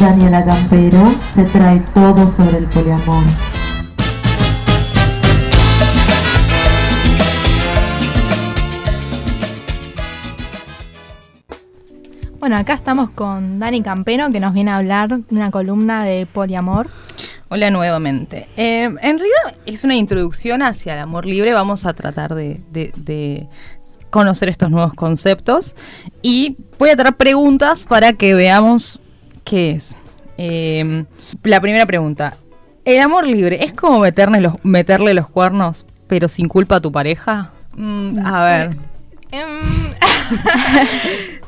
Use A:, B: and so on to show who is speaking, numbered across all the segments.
A: Daniela Gambeiro te trae todo sobre el poliamor.
B: Bueno, acá estamos con Dani Campero que nos viene a hablar de una columna de poliamor.
C: Hola nuevamente. Eh, en realidad es una introducción hacia el amor libre. Vamos a tratar de, de- de conocer estos nuevos conceptos y voy a traer preguntas para que veamos qué es. Eh, la primera pregunta. ¿El amor libre es como meterle los, meterle los cuernos pero sin culpa a tu pareja? Mm, a ver.
B: Em,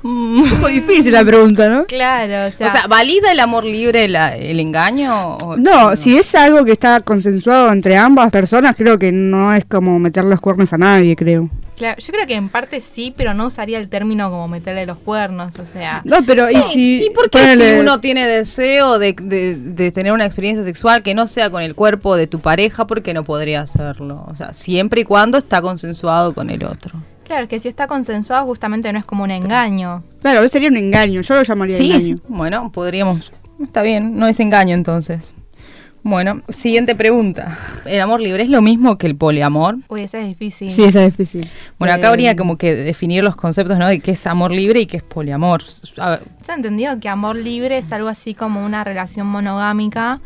C: Mm.
D: Muy difícil la pregunta, ¿no?
B: claro, o sea,
C: O sea, ¿valida el amor libre la- el engaño? o-
D: No, si es algo que está consensuado entre ambas personas, creo que no es como meter los cuernos a nadie, creo.
B: claro, yo creo que en parte sí, pero no usaría el término como meterle los cuernos, o sea.
D: No, pero ¿y si...?
C: ¿Y por qué
D: ponele-
C: si uno tiene deseo de, de- de tener una experiencia sexual que no sea con el cuerpo de tu pareja, por qué no podría hacerlo? O sea, siempre y cuando está consensuado con el otro.
B: Claro, es que si está consensuado justamente no es como un engaño.
D: Claro, sería un engaño, yo lo llamaría
C: Sí,
D: engaño.
C: es- bueno, podríamos... Está bien, no es engaño entonces. Bueno, siguiente pregunta. ¿El amor libre es lo mismo que el poliamor?
B: Uy, ese es difícil.
D: Sí, esa es difícil.
C: Bueno, acá
D: Eh,
C: habría como que definir los conceptos, ¿no? De qué es amor libre y qué es poliamor. A ver,
B: Yo he entendido que amor libre es algo así como una relación monogámica,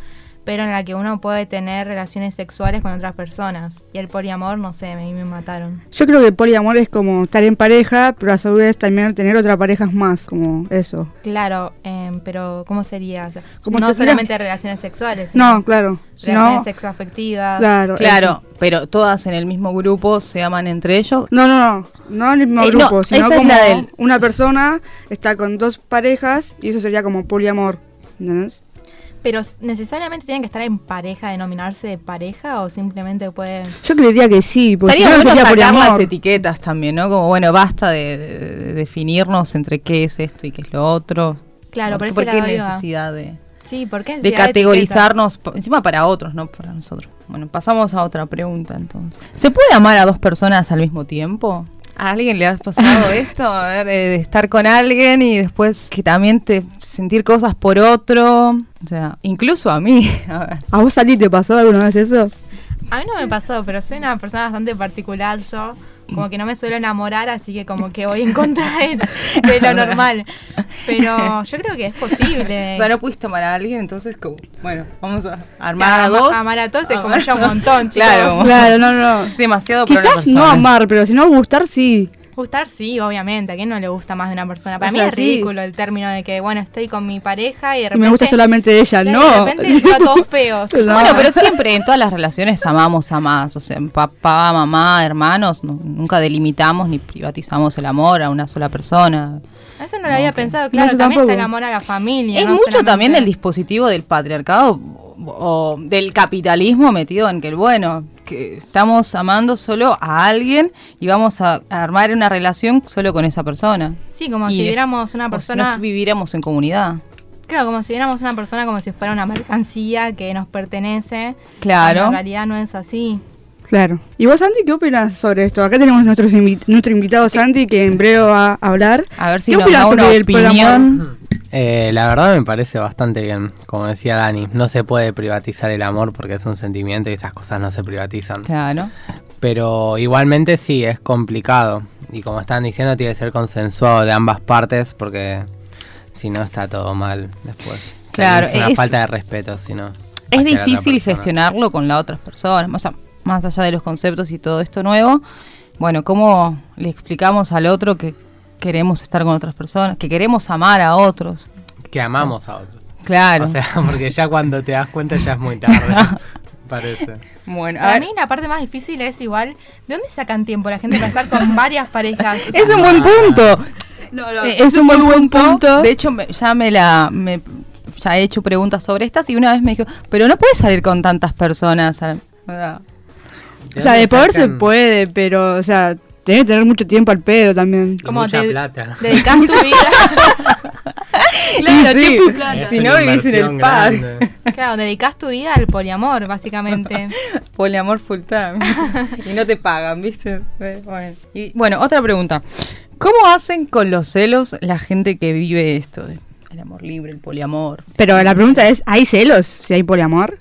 B: pero en la que uno puede tener relaciones sexuales con otras personas. Y el poliamor, no sé, a mí me mataron.
D: Yo creo que poliamor es como estar en pareja, pero a su vez también tener otra pareja más, como eso.
B: Claro, em, pero ¿cómo sería? O sea,
D: Como
B: no
D: que-
B: solamente relaciones sexuales. sino
D: No, claro. Si
B: Relaciones
D: no,
B: sexoafectivas.
D: claro.
C: claro,
D: eso.
C: pero todas en el mismo grupo se aman entre ellos.
D: No, no, no. No en el mismo
C: Eh, no,
D: grupo, sino
C: esa es
D: como
C: la del-
D: una persona está con dos parejas y eso sería como poliamor. ¿Entendés?
B: Pero s- necesariamente tienen que estar en pareja, denominarse de pareja o simplemente pueden...
D: Yo creería que sí, porque
C: Estaría
D: Pues si no, no
C: bueno
D: sería
C: sacar las
D: poliamor.
C: etiquetas también, ¿no? Como, bueno, basta de, de- de definirnos entre qué es esto y qué es lo otro.
B: Claro,
C: ¿Por,
B: por
C: por
B: ese
C: qué
B: lado iba.
C: necesidad de,
B: Sí, ¿por qué
C: de
B: necesidad etiqueta?
C: categorizarnos? Pa- Encima para otros, no para nosotros. Bueno, pasamos a otra pregunta entonces. ¿Se puede amar a dos personas al mismo tiempo? ¿A alguien le ha pasado esto? A ver, eh, de estar con alguien y después que también te sentir cosas por otro. O sea, incluso a mí. A ver.
D: ¿A vos a ti te pasó alguna vez eso?
B: A mí no me pasó, pero soy una persona bastante particular yo. Como que no me suelo enamorar, así que como que voy en contra de, de lo normal. Pero yo creo que es posible.
C: O sea, no pudiste amar a alguien, entonces, como, bueno, vamos a armar
B: Claro,
C: a
B: ama-
C: dos.
B: amar a todos es como
C: Amar-
B: ya un montón, chicos.
C: Claro,
D: Claro, no, no.
C: es demasiado para
D: Quizás
C: una
D: no
C: persona.
D: amar, pero si no gustar, sí.
B: Gustar sí, obviamente. ¿A quién no le gusta más de una persona? Para
D: O
B: mí
D: sea,
B: es
D: sí.
B: ridículo el término de que, bueno, estoy con mi pareja y de
D: Y
B: repente...
D: me gusta solamente ella,
B: Claro,
D: no.
B: De repente va todo feo.
D: No.
C: Bueno, pero siempre en todas las relaciones amamos a más, o sea, en papá, mamá, hermanos, nu- nunca delimitamos ni privatizamos el amor a una sola persona.
B: Eso no lo había pensado,
D: No,
B: claro.
D: yo
B: también está
D: tampoco.
B: el amor a la familia.
C: es
B: no
C: mucho
B: solamente-
C: también del dispositivo del patriarcado o o del capitalismo metido en que el bueno, que estamos amando solo a alguien y vamos a armar una relación solo con esa persona.
B: Sí, como
C: Y
B: si
C: es-
B: viéramos una
C: como si no
B: persona...
C: estu- viviéramos en comunidad.
B: Claro, como si viéramos una persona como si fuera una mercancía que nos pertenece.
C: Claro.
B: cuando En realidad no es así.
D: Claro. ¿Y vos, Santi, qué opinas sobre esto? Acá tenemos nuestros invi- nuestro invitado Santi, que en breve va a hablar.
C: A ver si
D: ¿Qué
C: nos
D: opinás
C: da una
D: sobre el
C: opinión.
E: Eh, la verdad me parece bastante bien, como decía Dani, no se puede privatizar el amor porque es un sentimiento y esas cosas no se privatizan.
C: Claro.
E: Pero igualmente sí, es complicado y como están diciendo tiene que ser consensuado de ambas partes porque si no está todo mal después.
C: Claro,
E: es una
C: es-
E: falta de respeto, si no.
C: Es
E: hacia la otra
C: difícil
E: persona.
C: gestionarlo con las otras personas, más, a- más allá de los conceptos y todo esto nuevo. Bueno, ¿cómo le explicamos al otro que queremos estar con otras personas, que queremos amar a otros?
E: Que amamos a otros.
C: Claro.
E: O sea, porque ya cuando te das cuenta ya es muy tarde, parece.
C: bueno, a
B: Para
C: ver,
B: mí la parte más difícil es igual, ¿de dónde sacan tiempo la gente para estar con varias parejas? O sea,
D: Es un buen punto.
C: eh, es un muy buen punto. De hecho, me- ya me la... me- ya he hecho preguntas sobre estas y una vez me dijo, pero no puedes salir con tantas personas. a la-".
D: O sea, de poder se
E: sacan?
D: puede, pero, o sea, tenés que tener mucho tiempo al pedo también.
E: Y
B: como
E: mucha
B: te-
E: plata.
B: Dedicás tu vida. claro,
C: Y sí,
B: tipo,
E: Es
C: si
E: una
C: no vivís en el
E: inversión
C: par.
E: grande.
B: claro, dedicás tu vida al poliamor, básicamente.
C: Poliamor full time. y no te pagan, ¿viste? Eh, Bueno. Y bueno, otra pregunta. ¿Cómo hacen con los celos la gente que vive esto? de el amor libre, el poliamor.
D: Pero la pregunta es, ¿hay celos si hay poliamor?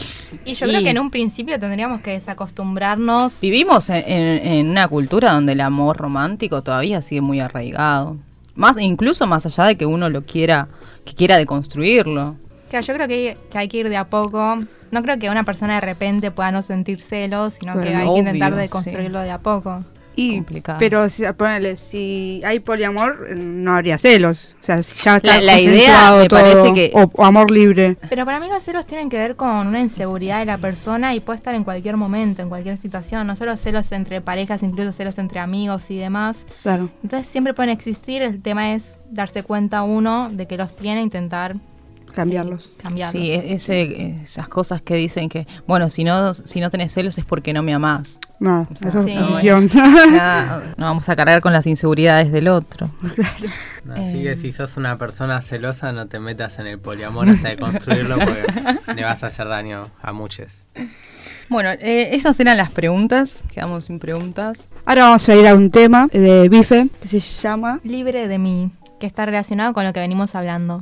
B: Y yo creo
C: Y-
B: que en un principio tendríamos que desacostumbrarnos.
C: Vivimos en, en- en una cultura donde el amor romántico todavía sigue muy arraigado. Más, incluso más allá de que uno lo quiera, que quiera deconstruirlo.
B: Claro, yo creo que, que hay que ir de a poco. No creo que una persona de repente pueda no sentir celos, sino que
D: Bueno,
B: hay que intentar
C: obvio,
B: de construirlo de a poco.
D: Y,
C: Complicado.
D: Pero si, ponele, si hay poliamor, eh, no habría celos. O sea, ya
C: La-
D: está
C: la idea,
D: consensuado
C: me parece
D: todo.
C: que-
D: O, o amor libre.
B: Pero para mí los celos tienen que ver con una inseguridad de la persona y puede estar en cualquier momento, en cualquier situación. No solo celos entre parejas, incluso celos entre amigos y demás.
D: Claro.
B: Entonces siempre pueden existir. El tema es darse cuenta uno de que los tiene e intentar
D: Cambiarlos.
B: cambiarlos.
C: Sí, e- ese- esas cosas que dicen que, bueno, si no, si no tenés celos es porque no me amás.
D: No, eso
B: Sí.
D: es posición.
C: Ya, no vamos a cargar con las inseguridades del otro.
E: Así que si sos una persona celosa, no te metas en el poliamor hasta de construirlo porque le vas a hacer daño a muchos.
C: Bueno, eh, esas eran las preguntas. Quedamos sin preguntas.
D: Ahora vamos a ir a un tema de bife que se llama...
B: Libre de mí, que está relacionado con lo que venimos hablando.